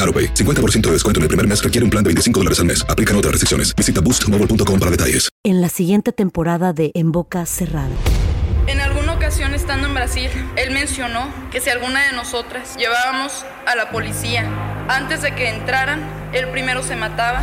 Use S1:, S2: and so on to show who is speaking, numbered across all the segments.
S1: AroPay. 50% de descuento en el primer mes requiere un plan de 25 dólares al mes. Aplican otras restricciones. Visita boostmobile.com para detalles.
S2: En la siguiente temporada de En Boca Cerrada.
S3: En alguna ocasión estando en Brasil, él mencionó que si alguna de nosotras llevábamos a la policía antes de que entraran, él primero se mataba.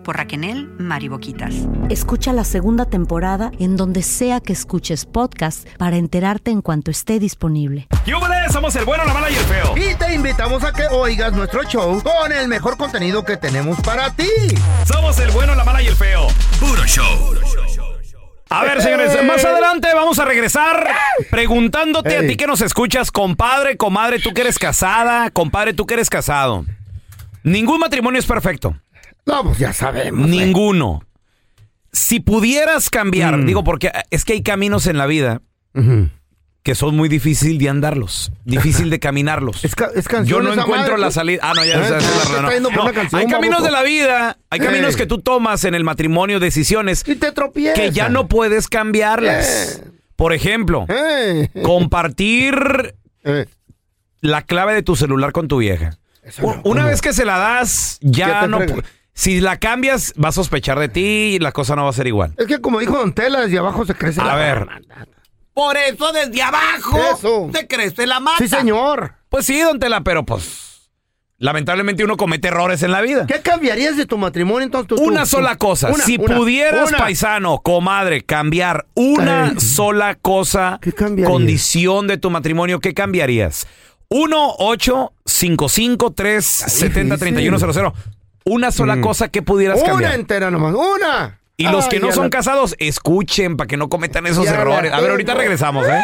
S4: Por Raquenel Mariboquitas.
S2: Escucha la segunda temporada en donde sea que escuches podcast para enterarte en cuanto esté disponible.
S5: ¡Yúbales! Somos el bueno, la mala y el feo.
S6: Y te invitamos a que oigas nuestro show con el mejor contenido que tenemos para ti.
S5: Somos el bueno, la mala y el feo. Puro show. A ver, señores,
S6: Eh.
S5: más adelante vamos a regresar preguntándote a
S6: Ey.
S5: ti que nos escuchas, compadre, comadre, tú que eres casada, compadre, tú que eres casado. Ningún matrimonio es perfecto.
S6: No, pues ya sabemos. eh.
S5: Ninguno. Si pudieras cambiar, digo, porque eh, es que hay caminos en la vida
S6: Mm. Ujú.
S5: que son muy difícil de andarlos, difícil de caminarlos.
S6: Es, ca- es
S5: Yo
S6: canción
S5: no
S6: esa
S5: encuentro
S6: madre,
S5: la
S6: pues.
S5: salida. Ah, no, ya
S6: Eh,
S5: esa- esa
S6: te
S5: es la
S6: está
S5: rola, no.
S6: yendo por
S5: No,
S6: una canción,
S5: Hay caminos
S6: baboso.
S5: de la vida, hay
S6: Eh.
S5: caminos que tú tomas en el matrimonio, decisiones
S6: Y te tropiezas.
S5: que ya no puedes cambiarlas. Por ejemplo,
S6: Eh, eh,
S5: compartir
S6: eh.
S5: la clave de tu celular con tu vieja.
S6: Eso no,
S5: U- Una vez que se la das,
S6: Ya
S5: ya
S6: te
S5: no.
S6: frega.
S5: pu- Si la cambias, va a sospechar de ti y la cosa no va a ser igual.
S6: Es que como dijo Don Tela, desde abajo se crece
S5: A
S6: la
S5: ver.
S6: mata.
S5: Por eso desde abajo
S6: Eso.
S5: te crece la mata.
S6: Sí, señor.
S5: Pues sí, don Tela, pero pues lamentablemente uno comete errores en la vida.
S6: ¿Qué cambiarías de tu matrimonio entonces? tú- tú-
S5: Una
S6: tú?
S5: sola cosa.
S6: Una,
S5: si
S6: una,
S5: pudieras,
S6: una.
S5: paisano, comadre, cambiar una
S6: Ay.
S5: sola cosa,
S6: ¿Qué cambiarías?
S5: condición de tu matrimonio, ¿qué cambiarías? 1 8 55 3 70 31 00 Una sola cosa que pudieras
S6: Mm. Una
S5: cambiar.
S6: entera nomás, una.
S5: Y los que
S6: Ay,
S5: no
S6: ya
S5: son
S6: la-
S5: casados, escuchen para que no cometan esos
S6: Ya la
S5: errores. A ver,
S6: tengo.
S5: ahorita regresamos, ¿eh?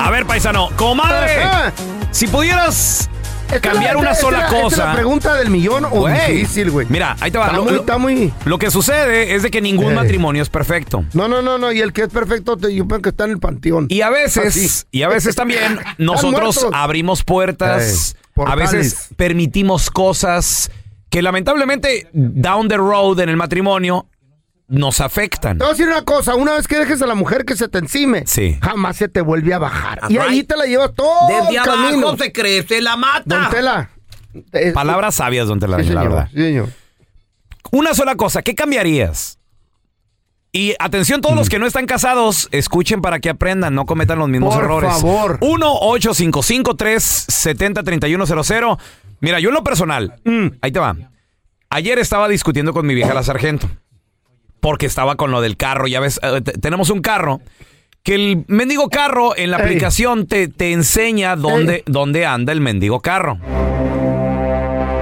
S5: A ver, paisano, comadre,
S6: Ajá.
S5: si pudieras
S6: Esta Ah, es
S5: cambiar
S6: la-
S5: una
S6: esta-
S5: sola
S6: esta- esta es
S5: cosa.
S6: la pregunta del millón o
S5: Güey.
S6: difícil, güey.
S5: Mira, ahí te va.
S6: Está
S5: Lo-
S6: muy,
S5: lo-
S6: está muy...
S5: Lo que sucede es de que ningún
S6: Eh.
S5: matrimonio es perfecto.
S6: No, no, no, no. Y el que es perfecto, te, yo creo que está en el panteón.
S5: Y a veces,
S6: Así.
S5: y a veces también nosotros
S6: Ah, muertos.
S5: abrimos puertas,
S6: Eh, portales.
S5: a veces permitimos cosas que lamentablemente down the road en el matrimonio nos afectan.
S6: Te voy a decir una cosa, una vez que dejes a la mujer que se te encime,
S5: Sí.
S6: jamás se te vuelve a bajar.
S5: Ah,
S6: Y ahí
S5: right.
S6: te la llevas todo el camino.
S5: crece la mata.
S6: Don Tela. eh,
S5: Palabras sabias, don Tela,
S6: sí,
S5: la
S6: señor,
S5: verdad.
S6: sí, señor.
S5: Una sola cosa, ¿qué cambiarías? Y atención, todos
S6: Mm.
S5: los que no están casados, escuchen para que aprendan, no cometan los mismos
S6: Por
S5: errores.
S6: favor.
S5: 1-855-370-3100. Mira, yo en lo personal, mm, ahí te va. Ayer estaba discutiendo con mi vieja la sargento, porque estaba con lo del carro, ya ves, eh, te- tenemos un carro, que el mendigo carro en la
S6: Ey.
S5: aplicación te, te enseña dónde, dónde anda el mendigo carro.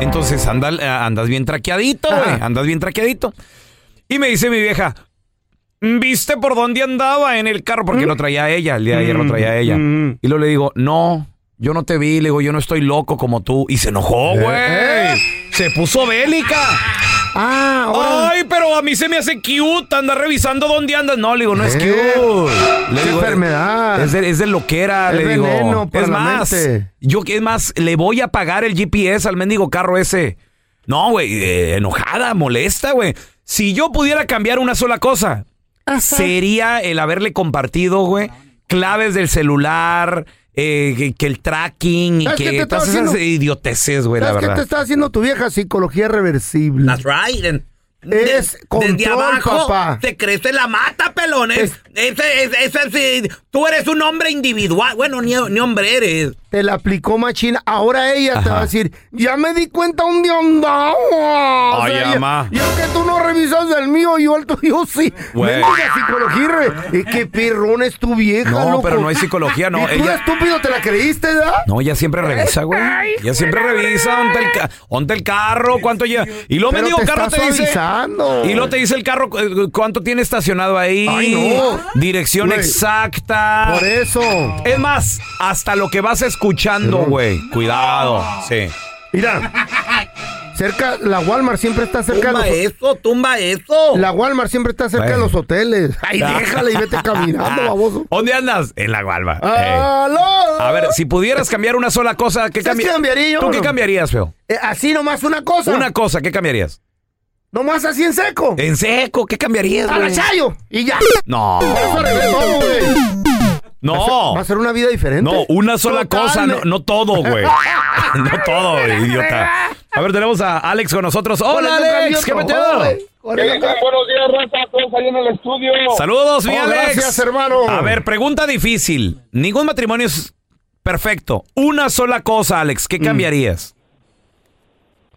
S5: Entonces anda- andas bien traqueadito, güey,
S6: Ajá.
S5: andas bien traqueadito. Y me dice mi vieja, ¿viste por dónde andaba en el carro? Porque lo traía ella, el día de ayer lo traía ella.
S6: Mm.
S5: Y luego le digo, no, yo no te vi, le digo, yo no estoy loco como tú. Y se enojó, güey.
S6: Eh.
S5: Se Se puso bélica.
S6: Ah, ahora.
S5: Ay, pero a mí se me hace cute. Anda revisando dónde andas. No, le digo, no es
S6: Eh,
S5: cute. Le
S6: es
S5: digo,
S6: enfermedad.
S5: Es de, es de loquera,
S6: Es
S5: le digo.
S6: veneno para
S5: es
S6: la
S5: más,
S6: mente.
S5: yo, es más, le voy a pagar el GPS al mendigo carro ese. No, güey, eh, enojada, molesta, güey. Si yo pudiera cambiar una sola cosa, sería el haberle compartido, güey, claves del celular, eh, que, que el tracking y
S6: ¿Sabes
S5: que
S6: qué te estaba
S5: todas esas
S6: haciendo?
S5: idioteces, güey, la
S6: ¿Sabes qué
S5: verdad.
S6: te está haciendo tu vieja psicología reversible?
S5: That's right. and-
S6: Es control, papá.
S5: te crece la mata, pelón. Es, ese- ese- ese sí, tú eres un hombre individual. Bueno, ni, ni hombre eres.
S6: Te la aplicó machina. Ahora ella te va a decir, ya me di cuenta un día andaba. O
S5: Ay,
S6: sea,
S5: ama.
S6: Yo yo que tú no revisas el mío, yo el tuyo sí.
S5: Güey.
S6: Mendiga psicología. re- Y qué perrón es tu vieja,
S5: No,
S6: loco.
S5: pero no es psicología, no,
S6: ¿Y tú
S5: ella-
S6: estúpido te la creíste, da?
S5: No, ella siempre revisa, güey. Ella siempre revisa dónde el, ca- dónde el carro, cuánto lleva. Y luego
S6: Pero
S5: mendigo
S6: te
S5: carro
S6: está
S5: te dice.
S6: suavizando.
S5: Y luego te dice el carro eh, cuánto tiene estacionado ahí.
S6: Ay, no.
S5: Dirección
S6: Güey.
S5: exacta.
S6: Por eso.
S5: Es más, hasta lo que vas escuchando, güey. Cuidado. Sí.
S6: Mira. Cerca, la Walmart siempre está cerca de los,
S5: eso, tumba eso.
S6: La Walmart siempre está cerca
S5: Bueno.
S6: de los hoteles. Ay, déjala y vete caminando, baboso.
S5: Ah, ¿Dónde andas? En la Gualba. Ey.
S6: ¡Aló!
S5: A ver, si pudieras cambiar una sola cosa, Ah. ¿qué,
S6: ¿Sabes
S5: cambi-
S6: qué cambiaría yo?
S5: ¿Tú qué
S6: No.
S5: cambiarías, feo?
S6: Eh, así nomás una cosa.
S5: Una cosa, ¿qué cambiarías?
S6: Nomás así en seco.
S5: En seco, ¿qué cambiarías?
S6: ¡A la
S5: güey?
S6: chayo! Y ya.
S5: No,
S6: Eso arregló todo, güey.
S5: no,
S6: Va a ser una vida diferente.
S5: no, una sola cosa, no,
S6: Totalmente.
S5: no todo, güey. No todo, güey, idiota. A ver, tenemos a Alex con nosotros.
S6: ¿Cuál es
S5: Hola,
S6: tu
S5: Alex,
S6: cambio?
S5: ¿qué
S6: Todo,
S5: metido?
S6: güey. ¿Cuál es tu cambio?
S7: Buenos días, raza. Todos ahí en el estudio.
S5: Saludos, mi
S6: Oh,
S5: Alex.
S6: gracias, hermano.
S5: A ver, pregunta difícil. Ningún matrimonio es perfecto. Una sola cosa, Alex,
S6: Mm.
S5: ¿qué cambiarías?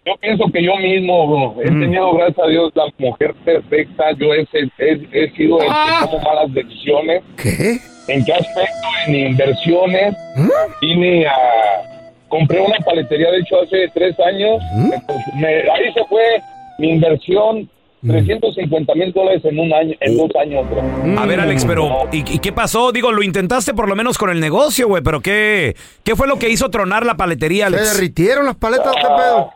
S7: Yo pienso que yo mismo, bro,
S5: Mm.
S7: he tenido, gracias a Dios, la mujer perfecta. Yo he, he- he sido el que tomo malas decisiones.
S6: Ah. ¿Qué? ¿Mm?
S7: ¿En qué aspecto? En inversiones. Vine a... Compré una paletería, de hecho, hace tres años.
S6: ¿Mm?
S7: Me- me- ahí se fue mi inversión. 350 mil dólares en un año, en
S8: Oh.
S7: dos años, bro.
S5: A ver,
S7: Mm.
S5: Alex, pero ¿y, y qué pasó? Digo, lo intentaste por lo menos con el negocio, güey, pero ¿qué, ¿qué fue lo que hizo tronar la paletería,
S6: ¿Se
S5: Alex?
S6: derritieron las paletas o qué pedo?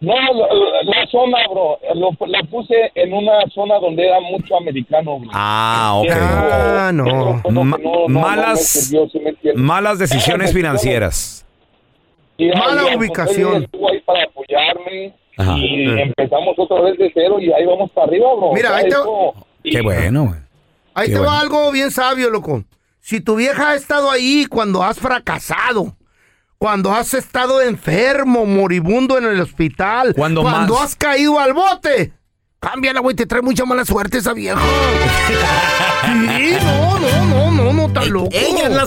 S7: No, la, la- la zona, bro, lo- la puse en una zona donde era mucho americano, bro.
S5: Ah, ok.
S6: Ah, no.
S5: Ma- malas- Malas decisiones financieras.
S6: Mala ubicación.
S7: Estuvo ahí para apoyarme
S5: Ajá.
S7: pues, y
S5: Mm.
S7: empezamos otra vez de cero y ahí vamos para arriba, bro.
S6: Mira, ahí te-
S7: eso- y-
S5: Qué bueno, güey.
S6: Ahí
S5: Qué
S6: te
S5: bueno.
S6: va algo bien sabio, loco. Si tu vieja ha estado ahí cuando has fracasado, cuando has estado enfermo, moribundo en el hospital,
S5: Cuando más-
S6: has caído al bote, cámbiala, güey, te trae mucha mala suerte esa vieja. sí, no, no, no, no, no, tan loco.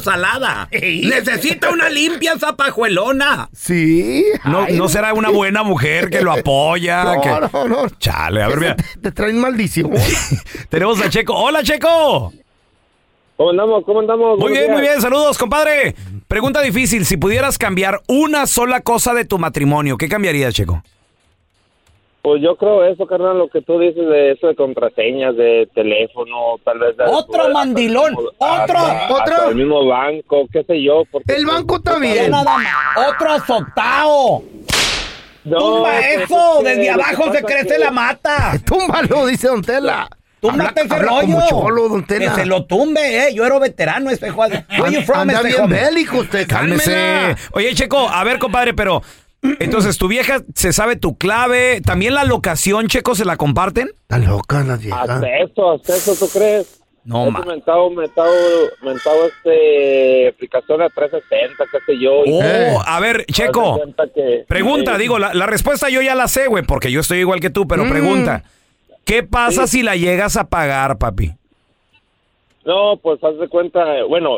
S5: salada.
S6: Ey.
S5: Necesita una limpia zapajuelona.
S6: Sí.
S5: No,
S6: ay,
S5: no será una buena mujer que lo apoya.
S6: No,
S5: que-
S6: no, no.
S5: Chale, a ver, mira.
S6: Te, te traen maldición.
S5: Tenemos a Checo. Hola, Checo.
S7: ¿Cómo andamos? ¿Cómo andamos?
S5: Muy
S7: Buenos
S5: bien, muy
S7: días.
S5: bien. Saludos, compadre. Pregunta difícil. Si pudieras cambiar una sola cosa de tu matrimonio, ¿qué cambiarías, Checo?
S7: Pues yo creo eso, carnal, lo que tú dices de eso de contraseñas, de teléfono, tal vez... de-
S5: Otro
S7: hasta-
S5: mandilón,
S7: hasta-
S5: otro,
S7: hasta
S6: otro.
S7: el mismo banco, qué sé yo. porque- pues,
S6: El banco está bien.
S5: Otro azotao.
S7: No, pues, es que lo que pasa es que-
S5: mata.
S6: Túmbalo, dice Don Tela.
S5: Túmbate ese
S6: habla
S5: rollo.
S6: como cholo, don Tela.
S5: Que se lo tumbe, eh. Yo era veterano, este joven. Where you from,
S6: Anda
S5: este
S6: bien
S5: joven?
S6: bélico usted, cálmese.
S5: Oye, Checo, a ver, compadre, pero. Entonces, tu vieja se sabe tu clave. ¿También la locación, Checo, se la comparten?
S6: Están locas las
S5: Ah,
S6: viejas.
S7: Hasta eso, hasta eso, ¿tú crees?
S5: No,
S7: He
S5: ma.
S7: inventado, inventado, inventado este aplicación a 360, qué sé yo. y-
S5: Oh,
S6: Eh.
S5: a ver,
S7: Haz de
S5: Checo.
S7: cuenta que-
S5: Pregunta,
S7: Sí. Mm.
S5: digo, la, la respuesta yo ya la sé, güey, porque yo estoy igual que tú, pero pregunta. ¿Qué pasa si la llegas a pagar, papi?
S7: No, pues haz de cuenta, bueno,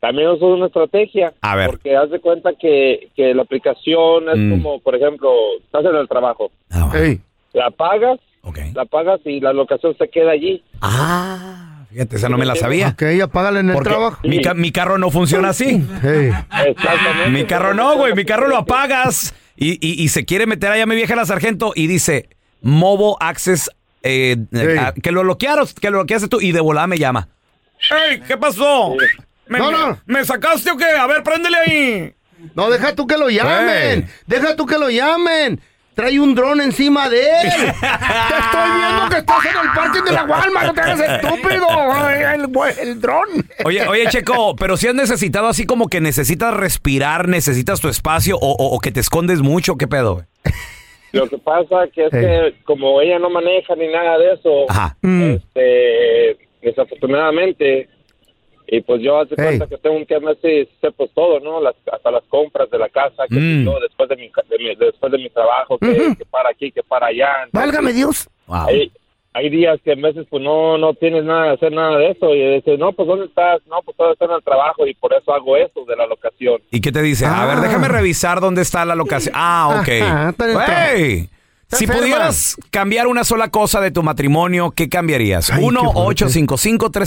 S7: también eso es una estrategia.
S5: A ver.
S7: Porque haz de cuenta que, que la aplicación es
S5: Mm.
S7: como, por ejemplo, estás en el trabajo,
S5: Ah, bueno,
S6: Ey,
S7: la pagas,
S5: ok.
S7: la pagas y la locación se queda allí.
S5: Ah, fíjate, esa no me la sabía.
S6: ok, apágale en el
S5: Porque
S6: trabajo.
S5: mi, ca- mi carro no funciona así.
S6: Ey.
S7: Exactamente.
S5: Mi carro no, güey. Mi carro lo apagas. Y, y- y se quiere meter allá mi vieja la sargento y dice, Movo Access, eh, eh, a- que lo bloquearon, que lo bloqueaste tú. Y de volada me llama. ¡Ey! ¿Qué pasó? ¿Me,
S6: No, no.
S5: me sacaste o qué? A ver, préndele ahí.
S6: No, deja tú que lo
S5: Pues.
S6: llamen.
S5: Güey.
S6: Deja tú que lo llamen. Trae un dron encima de él. Te estoy viendo que estás en el parking de la Walmart. No te hagas estúpido. Ay, El, güey, el dron.
S5: Oye, oye, Checo, pero si has necesitado así como que necesitas respirar, necesitas tu espacio o, o- o que te escondes mucho, ¿qué pedo? güey?
S7: Lo que pasa que es que como ella no maneja ni nada de eso,
S5: Ajá.
S7: este, desafortunadamente, y pues yo hace
S6: Ey.
S7: cuenta que tengo que mes y sé pues todo, ¿no? Las, hasta las compras de la casa, que
S5: Mm.
S7: yo después de mi, ca- de mi- después de mi trabajo, que, que para aquí, que para allá. Entonces,
S6: Válgame Dios.
S5: Wow.
S7: hay, hay días que a veces pues no, no tienes nada de hacer nada de eso y dices, no, pues ¿dónde estás? No, pues todavía está en el trabajo y por eso hago eso de la locación.
S5: ¿Y qué te dice? A
S6: Ah.
S5: ver, déjame revisar dónde está la locación. Ah, ok.
S6: Ajá, está en el trabajo.
S5: Güey,
S6: Está
S5: Si
S6: enferma.
S5: pudieras cambiar una sola cosa de tu matrimonio, ¿qué cambiarías?
S6: Ay, qué fuerte.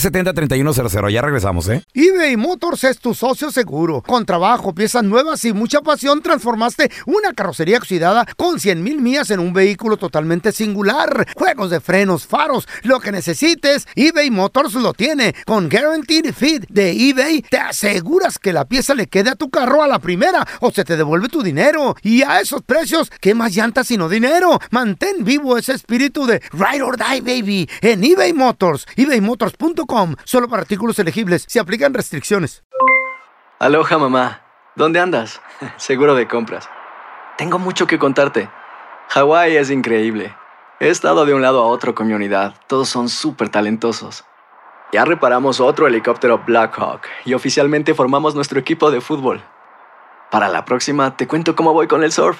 S5: 1-855-370-3100. Ya regresamos, ¿eh?
S6: eBay Motors es tu socio seguro. Con trabajo, piezas nuevas y mucha pasión, transformaste una carrocería oxidada con 100 mil millas en un vehículo totalmente singular. Juegos de frenos, faros, lo que necesites, eBay Motors lo tiene. Con Guaranteed Fit de eBay, te aseguras que la pieza le quede a tu carro a la primera o se te devuelve tu dinero. Y a esos precios, ¿qué más llantas sino dinero? Mantén vivo ese espíritu de Ride or Die, baby, en eBay Motors. ebaymotors.com, solo para artículos elegibles. Se aplican restricciones.
S9: Aloha mamá, ¿dónde andas? Seguro de compras. Tengo mucho que contarte. Hawái es increíble. He estado de un lado a otro con mi unidad. Todos son súper talentosos. Ya reparamos otro helicóptero Blackhawk y oficialmente formamos nuestro equipo de fútbol. Para la próxima te cuento cómo voy con el surf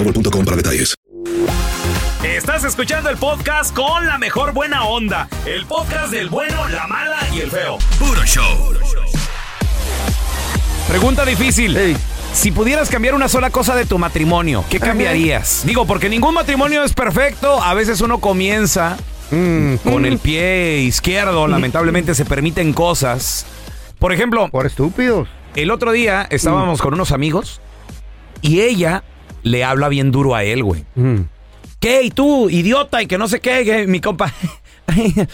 S1: para detalles.
S5: Estás escuchando el podcast con la mejor buena onda. El podcast del bueno, la mala y el feo.
S1: Puro show.
S5: Pregunta difícil.
S6: Ey.
S5: Si pudieras cambiar una sola cosa de tu matrimonio, ¿qué cambiarías? Digo, porque ningún matrimonio es perfecto. A veces uno comienza con el pie izquierdo. Lamentablemente se permiten cosas. Por ejemplo,
S6: Por estúpidos.
S5: el otro día estábamos
S6: Mm.
S5: con unos amigos y ella le habla bien duro a él, güey.
S6: Mm.
S5: ¿Qué? ¿Y tú, idiota? Y que no sé qué, que mi compa.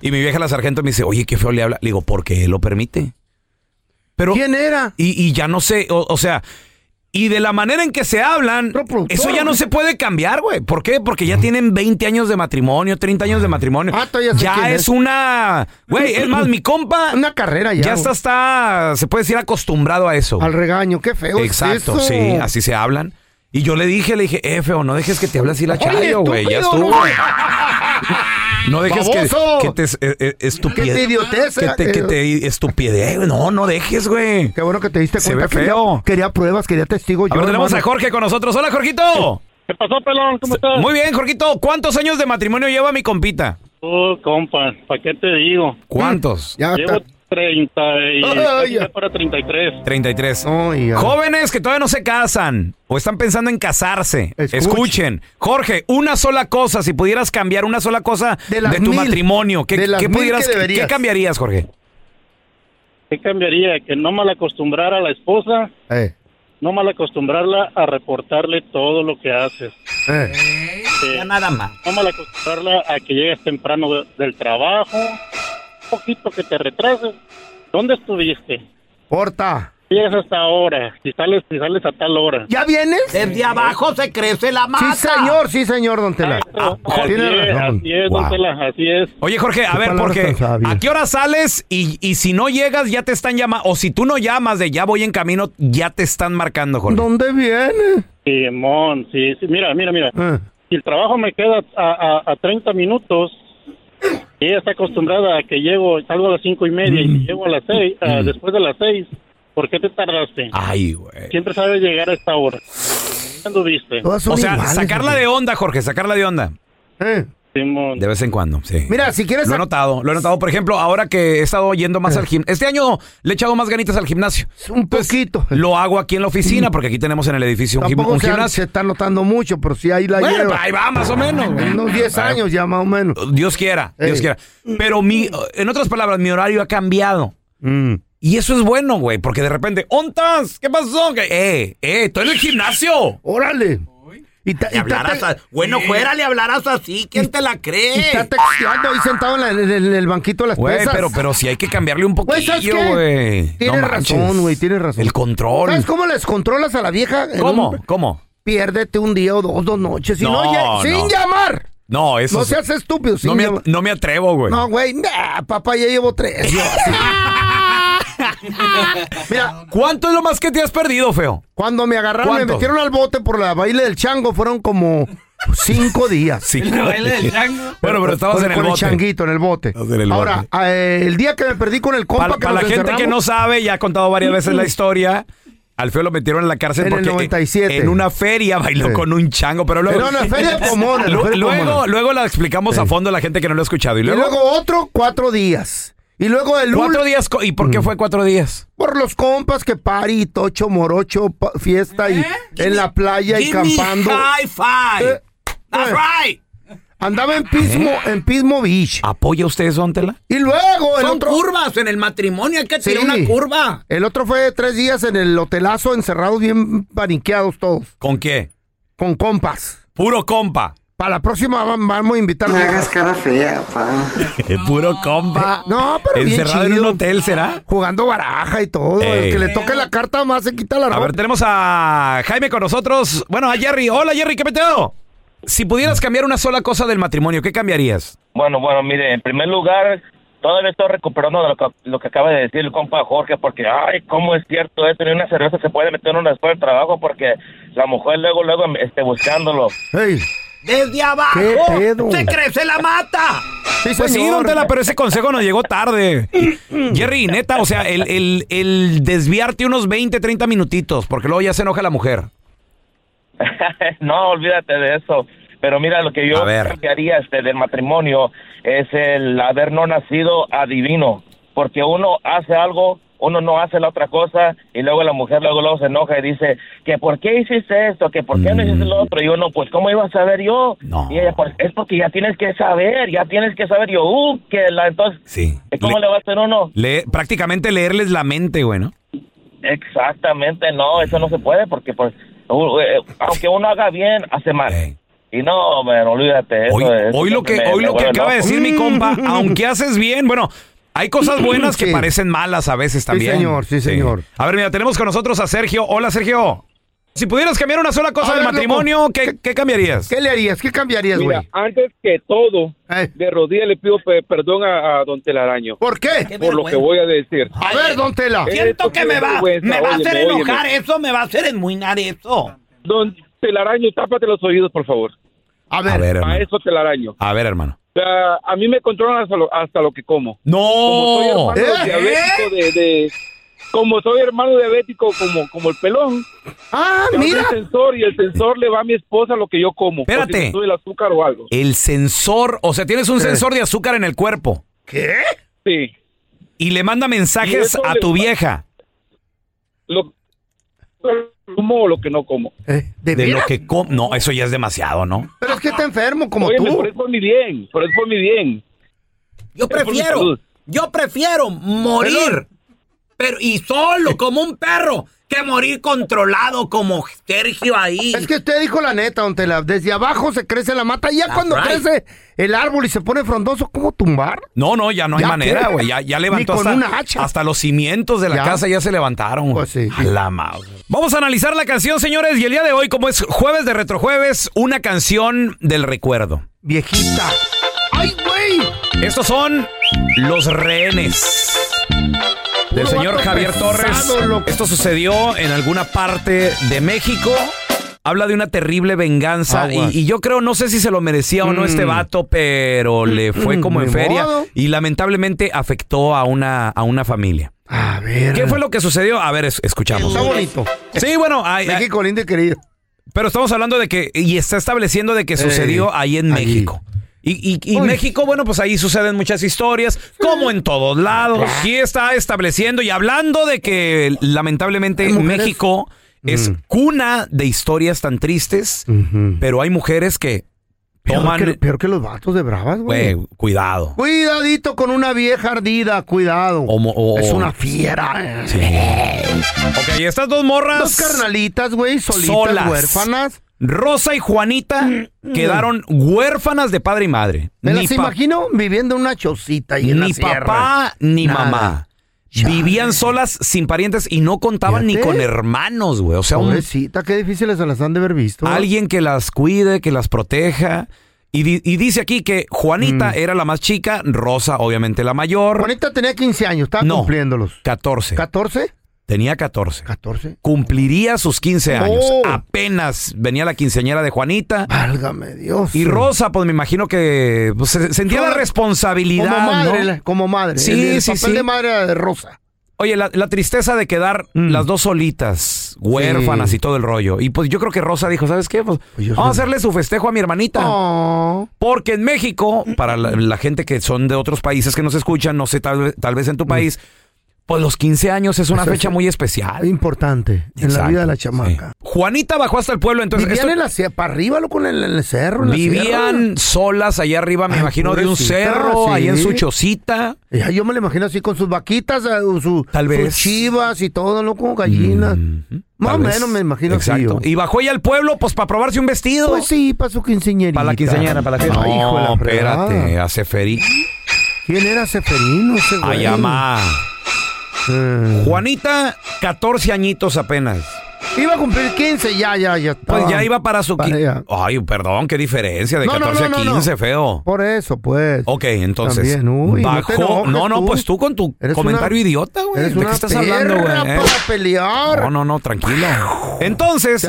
S5: y mi vieja la sargento me dice, oye, qué feo le habla. Le digo, porque él lo permite. Pero,
S6: ¿Quién era?
S5: y, y ya no sé, o, o sea, y de la manera en que se hablan,
S6: Otro productor,
S5: eso ya no
S6: güey.
S5: se puede cambiar, güey. ¿Por qué? Porque ya tienen 20 años de matrimonio, 30 años de matrimonio.
S6: Ah, todavía sé quién
S5: ya es
S6: es.
S5: una... Güey, es más, mi compa
S6: Una carrera ya.
S5: ya está,
S6: güey.
S5: está, se puede decir, acostumbrado a eso.
S6: Al regaño, qué feo. es
S5: Exacto,
S6: eso.
S5: sí, así se hablan. Y yo le dije, le dije, eh, feo, no dejes que te hable así la
S6: Oye,
S5: chayo, güey, ya
S6: estúpido,
S5: estuvo.
S6: no.
S5: No dejes que,
S6: Baboso. eh.
S5: que te es- eh, eh, estupide-
S6: Que te idiotece.
S5: Que te, que te estupide- eh, No, no dejes, güey.
S6: Qué bueno que te diste
S5: Se
S6: cuenta.
S5: ve feo.
S6: Quería, quería pruebas, quería testigos.
S5: A
S6: yo,
S5: ver, tenemos
S6: hermano.
S5: a Jorge con nosotros. Hola, Jorgito.
S7: ¿Qué pasó, pelón? ¿Cómo estás?
S5: Muy bien, Jorgito. ¿Cuántos años de matrimonio lleva mi compita?
S7: Oh, compa, ¿para qué te digo?
S5: ¿Cuántos?
S6: Ya
S7: Llevo
S6: está.
S7: 30 y
S6: Ay,
S7: casi
S6: ya.
S7: ya para 33.
S5: 33.
S6: Ay, ya.
S5: Jóvenes que todavía no se casan o están pensando en casarse,
S6: Escuchen.
S5: escuchen. Jorge, una sola cosa, si pudieras cambiar una sola cosa
S6: De
S5: de,
S6: las
S5: tu
S6: mil.
S5: matrimonio, ¿qué,
S6: De las
S5: qué
S6: mil
S5: pudieras,
S6: que
S5: qué-
S6: deberías.
S5: qué cambiarías, Jorge?
S7: ¿Qué cambiaría? Que no mal acostumbrara a la esposa,
S6: Eh,
S7: no mal acostumbrarla a reportarle todo lo que haces.
S6: eh.
S7: Eh,
S5: nada más.
S7: no mal acostumbrarla a que llegues temprano de- del trabajo, un poquito que te retrases. ¿Dónde estuviste?
S6: Porta.
S7: Llegas hasta ahora, si sales, si sales a tal hora.
S6: ¿Ya vienes?
S5: Desde abajo se crece la
S6: Sí, señor, sí, señor, don Tela.
S7: Ah, así,
S6: Tiene
S7: es,
S6: razón.
S7: así es,
S6: Wow.
S7: don Tela, así es.
S5: Oye, Jorge, a
S6: Qué
S5: ver,
S6: palabras
S5: porque
S6: tan sabias.
S5: ¿a qué hora sales y, y si no llegas ya te están llamando? O si tú no llamas de ya voy en camino, ya te están marcando, Jorge.
S6: ¿Dónde viene?
S7: Simón, sí, sí, mira, mira, mira.
S6: Eh.
S7: Si el trabajo me queda a, a, a 30 minutos, y ella está acostumbrada a que llego, salgo a las cinco y media y
S6: Mm.
S7: llego a las seis, ah, después de las seis, ¿por qué te tardaste?
S5: Mm. Ay, güey.
S7: Siempre sabes llegar a esta hora.
S10: anduviste?
S5: O sea, sacarla de onda, Jorge, sacarla de onda.
S6: Eh.
S5: De vez en cuando, sí.
S6: Mira, si quieres... Eh.
S5: Lo he notado, lo he notado. Por ejemplo, ahora que he estado yendo más al gimnasio. Este año le he echado más ganitas al gimnasio.
S6: Un poquito.
S5: Lo hago aquí en la oficina, porque aquí tenemos en el edificio un, gim-
S6: Tampoco
S5: un
S6: se, han-
S5: gimnasio.
S6: se está notando mucho, pero sí ahí la
S5: Bueno,
S6: lleva.
S5: ahí va, más o menos, güey.
S6: Unos 10
S5: Ahí-
S6: años Eh. ya, más o menos.
S5: Dios quiera, Dios
S6: Ey.
S5: quiera. Pero mi, en otras palabras, mi horario ha cambiado.
S6: Mm.
S5: Y eso es bueno, güey, porque de repente, ¿ontas? ¿Qué pasó? ¿Qué- Eh, eh, estoy en el gimnasio.
S6: Órale. Y,
S5: hablarás a- bueno, fuera le hablarás así, ¿quién te la cree?
S6: Y está texteando ahí sentado en, la- en el- en el banquito de las
S5: Güey,
S6: pesas.
S5: pero, pero si hay que cambiarle un
S6: Güey, Pues, ¿sabes
S5: poquillo,
S6: qué?
S5: güey.
S6: Tienes
S5: manches.
S6: razón, güey, tienes razón.
S5: El control.
S6: ¿Sabes cómo les controlas a la vieja? En
S5: ¿Cómo?
S6: un-
S5: ¿Cómo?
S6: Piérdete un día o dos, dos noches. Y no,
S5: No,
S6: lle-
S5: no.
S6: sin llamar.
S5: No, eso
S6: No
S5: es-
S6: seas estúpido, sin
S5: No me,
S6: llamar.
S5: no me atrevo, güey.
S6: No, güey, nah, papá, ya llevo tres. yo así. Mira,
S5: ¿cuánto es lo más que te has perdido, feo?
S6: Cuando me agarraron, me
S5: ¿Cuánto?
S6: metieron al bote por la baile del chango, fueron como cinco días.
S5: La baile del chango. Bueno, pero estabas
S6: Con-
S5: en el
S6: con
S5: bote.
S6: changuito, en el bote.
S5: en el
S6: Ahora,
S5: bote.
S6: a- eh, el día que me perdí con el compa
S5: Para,
S6: que
S5: para la
S6: nos
S5: gente que no
S6: encerramos-
S5: sabe, ya ha contado varias veces la historia. Al feo lo metieron en la cárcel
S6: En el
S5: porque
S6: 97.
S5: en una feria bailó
S6: Sí.
S5: con un chango, pero luego
S6: Era una feria de Pomona, la
S5: Lu-
S6: feria de
S5: luego,
S6: Pomona.
S5: luego la explicamos a fondo a la gente que no lo ha escuchado y
S6: Y
S5: luego,
S6: luego, otro, cuatro días. Y luego el
S5: cuatro
S6: ul- Mm.
S5: días co- y por qué fue cuatro días.
S6: Por los compas que pari, tocho, morocho, pa- fiesta y en la playa y
S5: ¿Eh? Give me
S6: campando.
S5: high five.
S6: Eh, eh. Andaba en Pismo,
S5: ¿Eh?
S6: en Pismo Beach.
S5: ¿Apoya usted eso, Antela?
S6: Y luego el otro.
S5: curvas en el matrimonio, hay que
S6: Sí. El otro fue tres días en el hotelazo, encerrados, bien paniqueados todos,
S5: ¿Con qué?
S6: con compas.
S5: Puro compa.
S6: Para la próxima va- vamos a invitar. No hagas cara fea, pa.
S5: Puro compa.
S6: No, Ah, pero bien
S5: Encerrado en
S6: chido.
S5: un hotel, ¿será?
S6: Jugando baraja y todo.
S5: Ey.
S6: El que le toque la carta más se quita la
S5: A ver,
S6: ropa.
S5: tenemos a Jaime con nosotros. Bueno, a Jerry. Hola, Jerry, ¿qué peteo? Si pudieras cambiar una sola cosa del matrimonio, ¿qué cambiarías?
S11: Bueno, bueno, mire, en primer lugar, todavía estoy recuperando de lo que, lo que acaba de decir el compa Jorge, porque, ay, cómo es cierto esto, ni una cerveza se puede meter uno después del trabajo porque la mujer luego, luego esté buscándolo.
S5: Desde abajo.
S11: ¿Qué pedo?
S5: Se crece la mata.
S6: Sí,
S5: pues sí,
S6: señor.
S5: don Tela, pero ese consejo nos llegó tarde. Jerry, neta, o sea, el, el- el desviarte unos 20, 30 minutitos, porque luego ya se enoja la mujer.
S11: no, olvídate de eso. Pero mira, lo que yo
S5: A ver.
S11: cambiaría este, del matrimonio es el haber no nacido adivino. Porque uno hace algo, uno no hace la otra cosa, y luego la mujer luego, luego se enoja y dice, que por qué hiciste esto, que por qué no hiciste
S5: Mm.
S11: lo otro. Y uno, pues, ¿cómo iba a saber yo? Y ella, pues, es porque ya tienes que saber, ya tienes que saber. Yo, uh, que la, entonces,
S5: Sí.
S11: ¿cómo le va a hacer uno?
S5: Le- prácticamente leerles la mente, güey, ¿no?
S11: Exactamente, no, eso no se puede porque pues, u- eh, aunque uno haga bien, hace mal. Y no, pero olvídate. eso
S5: Hoy,
S11: es-
S5: hoy lo que,
S11: me-
S5: hoy
S11: me
S5: lo que
S11: vuelve
S5: acaba de
S11: loco.
S5: decir mi compa, aunque haces bien, bueno, hay cosas buenas que
S6: Sí.
S5: parecen malas a veces también.
S6: señor, sí, señor.
S5: A ver, mira, tenemos con nosotros a Sergio. Hola, Sergio. Si pudieras cambiar una sola cosa
S6: A
S5: del
S6: ver,
S5: matrimonio,
S6: loco.
S5: ¿qué, qué cambiarías?
S6: ¿Qué le harías? ¿Qué cambiarías,
S12: Mira,
S6: güey?
S12: antes que todo, de rodillas le pido pe- perdón a, a Ah, don Telaraño.
S6: ¿Por qué?
S12: Por lo que voy a decir. Eh,
S6: A ver, don Tela.
S12: Siento que me va- Ah, me va a hacer enojar
S5: eso, me va a hacer enmuinar eso.
S12: Don Telaraño, tápate los oídos, por favor.
S6: A
S5: ver. A ver, hermano.
S12: Maestro Telaraño.
S5: A ver, hermano.
S12: O sea, a mí me controlan hasta lo, hasta lo que como.
S5: ¡No!
S12: Como soy hermano
S5: ¿Eh?
S12: diabético de, de- Como soy hermano diabético, como, como el pelón.
S6: ¡Ah,
S12: mira! El sensor, y el sensor le va a mi esposa lo que yo como. por si
S5: Espérate.
S12: me sube el azúcar o algo.
S5: El sensor, o sea, tienes un
S12: Sí.
S5: sensor de azúcar en el cuerpo.
S6: ¿Qué?
S12: Sí.
S5: Y le manda
S12: Y
S5: mensajes
S12: eso
S5: a
S12: le
S5: tu
S12: pa-
S5: vieja.
S12: Lo que como o lo que no como.
S5: ¿De, lo que com- No, eso ya es demasiado, ¿no?
S6: Eh, Pero es que está enfermo como
S12: Óyeme,
S6: tú.
S12: Por eso por mi bien, por eso por mi bien.
S5: Yo
S12: por mi prefiero- salud.
S5: yo prefiero morir pero y solo como un perro que morir controlado como Sergio ahí.
S6: Es que usted dijo la neta, don Tela. Desde abajo se crece la mata. Ya cuando
S5: right.
S6: crece el árbol y se pone frondoso, ¿cómo tumbar?
S5: No, no, ya no hay
S6: ¿Ya
S5: manera,
S6: qué?
S5: güey. Ya, ya levantó
S6: Ni con una
S5: hasta,
S6: hacha.
S5: hasta los cimientos de la
S6: Ya. Pues
S5: casa, ya se levantaron. güey. A la madre. Vamos a analizar la canción, señores. Y el día de hoy, como es jueves de retrojueves, una canción del recuerdo.
S6: Viejita. ¡Ay, güey!
S5: Estos son los rehenes del
S6: Puro
S5: señor
S6: vato
S5: Javier
S6: pesado,
S5: Torres.
S6: loco.
S5: Esto sucedió en alguna parte de México. Habla de una terrible venganza y,
S13: Aguas.
S5: y yo creo, no sé si se lo merecía o no este
S13: Mm.
S5: vato, pero le fue
S13: Mm,
S5: como en
S13: ni
S5: feria
S13: modo.
S5: y lamentablemente afectó a una, a una familia.
S6: A ver.
S5: ¿Qué fue lo que sucedió? A ver, es- escuchamos.
S6: Está bonito.
S5: Sí, bueno. México
S6: lindo y querido.
S5: Pero estamos hablando de que, y está estableciendo de que sucedió ahí en México. Y, y- y
S10: Uy.
S5: México, bueno, pues ahí suceden muchas historias, como en todos lados.
S6: Ah.
S5: Aquí está estableciendo y hablando de que lamentablemente México es
S6: Mm.
S5: cuna de historias tan tristes, pero hay mujeres que
S6: Peor que,
S5: toman...
S6: peor que los vatos de bravas, güey.
S5: Güey, cuidado.
S6: Cuidadito con una vieja ardida, cuidado. es una fiera. eh.
S5: Sí. Ok, estas dos morras...
S6: Dos carnalitas, güey, solitas,
S5: solas.
S6: huérfanas.
S5: Rosa y Juanita quedaron huérfanas de padre y madre.
S6: Mm, Me
S5: Ni
S6: las
S5: pa-
S6: imagino viviendo en una chocita y en la
S5: ni
S6: sierra.
S5: papá ni
S6: Nada.
S5: mamá. Vivían solas, sin parientes y no contaban ni
S6: Fíjate.
S5: con hermanos, güey. O sea, un-
S6: Pobrecita, qué difíciles se las han de haber visto.
S5: alguien que las cuide, que las proteja. Y, di- y dice aquí que Juanita era la más chica, Rosa obviamente la mayor.
S6: Mm. Juanita tenía 15 años, estaba
S5: No,
S6: cumpliéndolos.
S5: 14.
S6: ¿14?
S5: Tenía 14.
S6: 14.
S5: Cumpliría sus 15 años.
S6: Oh.
S5: Apenas venía la quinceañera de Juanita.
S6: Válgame Dios.
S5: Y Rosa, pues me imagino que pues, se- sentía la
S6: Sola-
S5: responsabilidad.
S6: Como madre,
S5: ¿no?
S6: la- como madre.
S5: Sí,
S6: el, el
S5: sí,
S6: papel
S5: sí.
S6: de madre era de Rosa.
S5: Oye, la, la tristeza de quedar
S6: Mm.
S5: las dos solitas, huérfanas y todo el rollo. Y pues yo creo que Rosa dijo, ¿sabes qué? Pues, vamos a hacerle su festejo a mi hermanita.
S6: Oh.
S5: Porque en México, para la, la gente que son de otros países que nos escuchan, no sé, tal, vez- tal vez en tu país, pues los 15 años es
S6: Eso
S5: una
S6: Mm. Pues, es-
S5: fecha muy especial.
S6: Importante en la
S5: Exacto,
S6: vida de la chamaca.
S5: Juanita bajó hasta el pueblo, entonces...
S6: Vivían
S5: esto-
S6: en la sierra, para arriba, loco, en el, en el cerro. en la
S5: vivían solas allá arriba, me imagino, de un
S6: pobrecita,
S5: cerro, ahí en
S6: sí.
S5: su chocita.
S6: sierra. Ya, yo me lo imagino así con sus vaquitas, eh, su,
S5: Tal
S6: sus
S5: vez.
S6: chivas y todo, loco, gallinas. Más o
S5: Tal vez.
S6: menos me imagino así.
S5: Exacto.
S6: yo.
S5: Y bajó ella al pueblo, pues para probarse un vestido.
S6: Pues sí, para su quinceñerita.
S5: Para la quinceañera, para la fiesta.
S6: Ay, hijo de la
S5: No, espérate,
S6: fregada.
S5: a Ceferí.
S6: ¿Quién era Seferino ese güey?
S5: Ay, amá. Juanita, 14 añitos apenas.
S6: Iba a cumplir 15, ya, ya, ya.
S5: Pues
S6: estaba.
S5: ya iba para su... qui-
S6: Ah, Para allá.
S5: Ay, perdón, qué diferencia, de
S6: No, no,
S5: 14
S6: no,
S5: a
S6: no, no.
S5: 15, feo.
S6: Por eso, pues.
S5: Ok, entonces.
S6: También, uy, no te
S5: bajó. No,
S6: enojes
S5: no,
S6: tú.
S5: pues tú con tu
S6: Eres
S5: comentario
S6: una-
S5: idiota, güey.
S6: eres
S5: ¿De
S6: una
S5: qué estás hablando,
S6: perra
S5: güey? ¿Eh?
S6: para pelear.
S5: No, no, no, tranquilo. Entonces,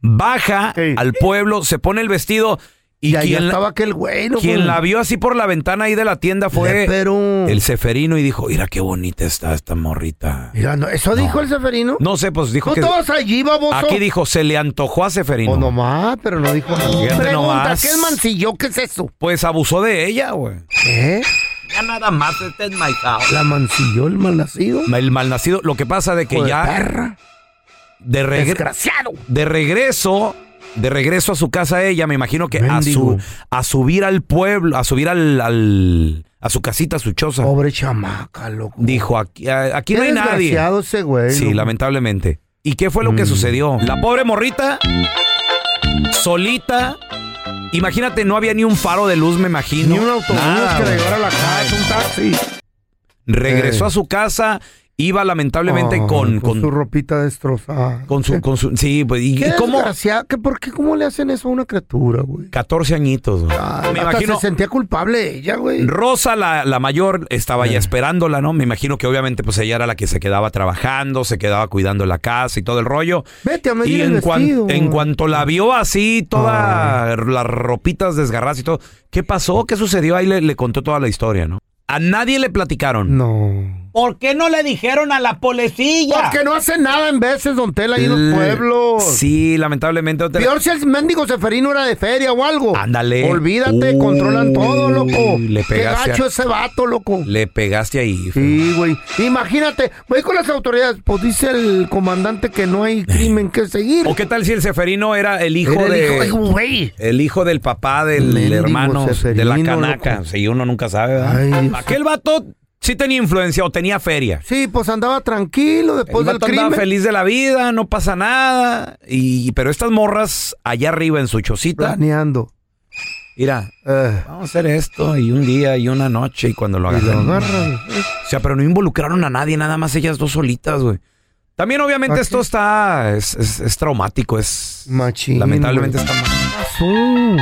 S5: baja al pueblo, se pone el vestido y,
S6: Y ahí
S5: quien la-
S6: estaba aquel güey, loco.
S5: Quien la vio así por la ventana ahí de la tienda fue el Seferino y dijo, mira qué bonita está esta morrita.
S6: Mira, no, ¿Eso dijo el Seferino?
S5: No sé, pues dijo
S6: ¿Tú
S5: que...
S6: estabas allí, baboso?
S5: Aquí dijo, se le antojó a Seferino.
S6: Pues nomás, pero no dijo nada.
S5: Fíjate
S6: Pregunta,
S5: nomás.
S6: ¿qué es mancilló? ¿Qué es eso?
S5: Pues abusó de ella, güey.
S6: ¿Eh?
S5: Ya nada más, este es my house.
S6: ¿La mancilló el malnacido?
S5: El malnacido, lo que pasa de que
S6: Hijo de
S5: ya...
S6: perra.
S5: De regre-
S6: Desgraciado.
S5: De regreso... De regreso a su casa ella, me imagino que a,
S6: Mendigo.
S5: su, a subir al pueblo, a subir al, al- a su casita, a su choza.
S6: Pobre chamaca, loco.
S5: Dijo, aquí, a- aquí no hay nadie.
S6: desgraciado ese güey.
S5: Sí,
S6: loco.
S5: lamentablemente. ¿Y qué fue lo que sucedió? La pobre morrita, solita. Imagínate, no había ni un faro de luz, me imagino.
S6: Ni un autobús
S5: Nada,
S6: que la
S5: güey.
S6: llevara a la casa, un taxi.
S5: Regresó a su casa, iba lamentablemente con, con,
S6: Ah, su ropita destrozada.
S5: con su, con su- Sí, pues, ¿y,
S6: ¿Qué
S5: y cómo?
S6: desgraciado? ¿Qué- ¿Por qué? ¿Cómo le hacen eso a una criatura, güey?
S5: 14 añitos, güey. Me
S6: Hasta
S5: imagino.
S6: se sentía culpable ella, güey.
S5: Rosa, la, la mayor, estaba
S6: Eh.
S5: ya esperándola, ¿no? Me imagino que obviamente pues ella era la que se quedaba trabajando, se quedaba cuidando la casa y todo el rollo.
S6: Vete a medir
S5: Y
S6: el
S5: en, cuan-
S6: vestido.
S5: en cuanto la vio así, todas las ropitas desgarradas y todo, ¿qué pasó? ¿Qué sucedió? Ahí le, le contó toda la historia, ¿no? A nadie le platicaron.
S6: No.
S5: ¿Por qué no le dijeron a la policía?
S6: Porque no hace nada en veces, don Tela, ahí en los pueblos.
S5: Sí, lamentablemente. don Tela.
S6: Peor si el mendigo Seferino era de feria o algo.
S5: Ándale.
S6: Olvídate,
S5: Uy,
S6: controlan todo, loco.
S5: le
S6: Qué
S5: pegaste a-
S6: gacho ese vato, loco.
S5: Le pegaste ahí.
S6: Sí, güey. Imagínate, voy con las autoridades. Pues dice el comandante que no hay crimen que seguir.
S5: ¿O qué tal si el Seferino era el hijo
S6: Era el
S5: de...
S6: hijo- ay, güey.
S5: El hijo del papá del
S6: Mendigo
S5: hermano de la
S6: Seferino,
S5: canaca.
S6: loco.
S5: Sí, uno nunca sabe, ¿verdad?
S6: Dios.
S5: Aquel vato sí tenía influencia o tenía feria.
S6: Sí, pues andaba tranquilo después
S5: El
S6: del
S5: vato andaba
S6: Pues, crimen.
S5: feliz de la vida, no pasa nada. Y, pero estas morras allá arriba en su chocita,
S6: Planeando. Eh.
S5: mira, vamos a hacer esto y un día y una noche y cuando lo
S6: Y la
S5: agarraron.
S6: agarran.
S5: O sea, pero no involucraron a nadie, nada más ellas dos solitas, güey. También obviamente
S6: Aquí.
S5: esto está, es, es- es traumático, es...
S6: Machín,
S5: lamentablemente
S6: güey.
S5: está mal.
S6: Pasó.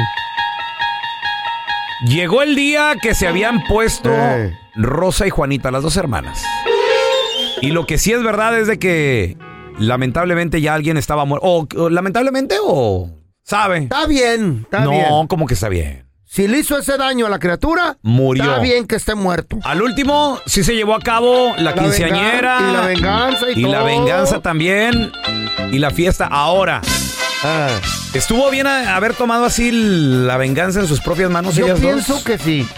S5: Llegó el día que se habían puesto
S6: Eh.
S5: Rosa y Juanita, las dos hermanas. Y lo que sí es verdad es de que lamentablemente ya alguien estaba muerto. O, o lamentablemente o sabe.
S6: Está bien, está
S5: no,
S6: bien.
S5: como que está bien.
S6: Si le hizo ese daño a la criatura,
S5: Murió.
S6: está bien que esté muerto.
S5: Al último sí se llevó a cabo
S6: La
S5: la, quinceañera
S6: vengan- y la venganza y
S5: la
S6: todo.
S5: venganza también y la fiesta ahora.
S6: Ah,
S5: ¿Estuvo bien a- haber tomado así la venganza en sus propias manos
S6: Yo
S5: ellas
S6: pienso
S5: dos?
S6: que sí.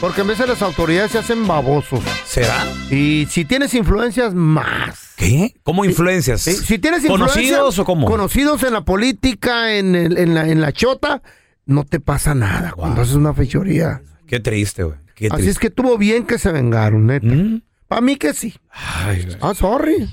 S6: Porque en vez de las autoridades se hacen babosos.
S5: ¿Será?
S6: Y si tienes influencias, más.
S5: ¿Qué? ¿Cómo influencias?
S6: Si, si tienes
S5: ¿Conocidos
S6: influencia-
S5: o cómo?
S6: Conocidos en la política, en, el- en la, en la chota, no te pasa nada cuando haces una fechoría.
S5: Qué triste, güey. Qué
S6: Así es
S5: triste. ¿Mm?
S6: que tuvo bien que se vengaron, neta. Para mí que sí. ah, sorry.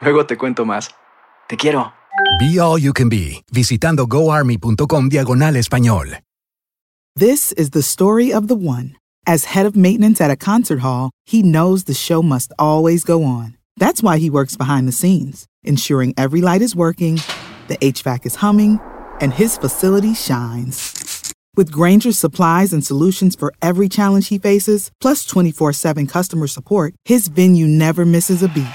S9: Luego te cuento más. Te quiero.
S14: Be All You Can Be, visitando goarmy.com diagonal español.
S13: This is the story of the one. As head of maintenance at a concert hall, he knows the show must always go on. That's why he works behind the scenes, ensuring every light is working, the HVAC is humming, and his facility shines. With Granger's supplies and solutions for every challenge he faces, plus 24 7 customer support, his venue never misses a beat.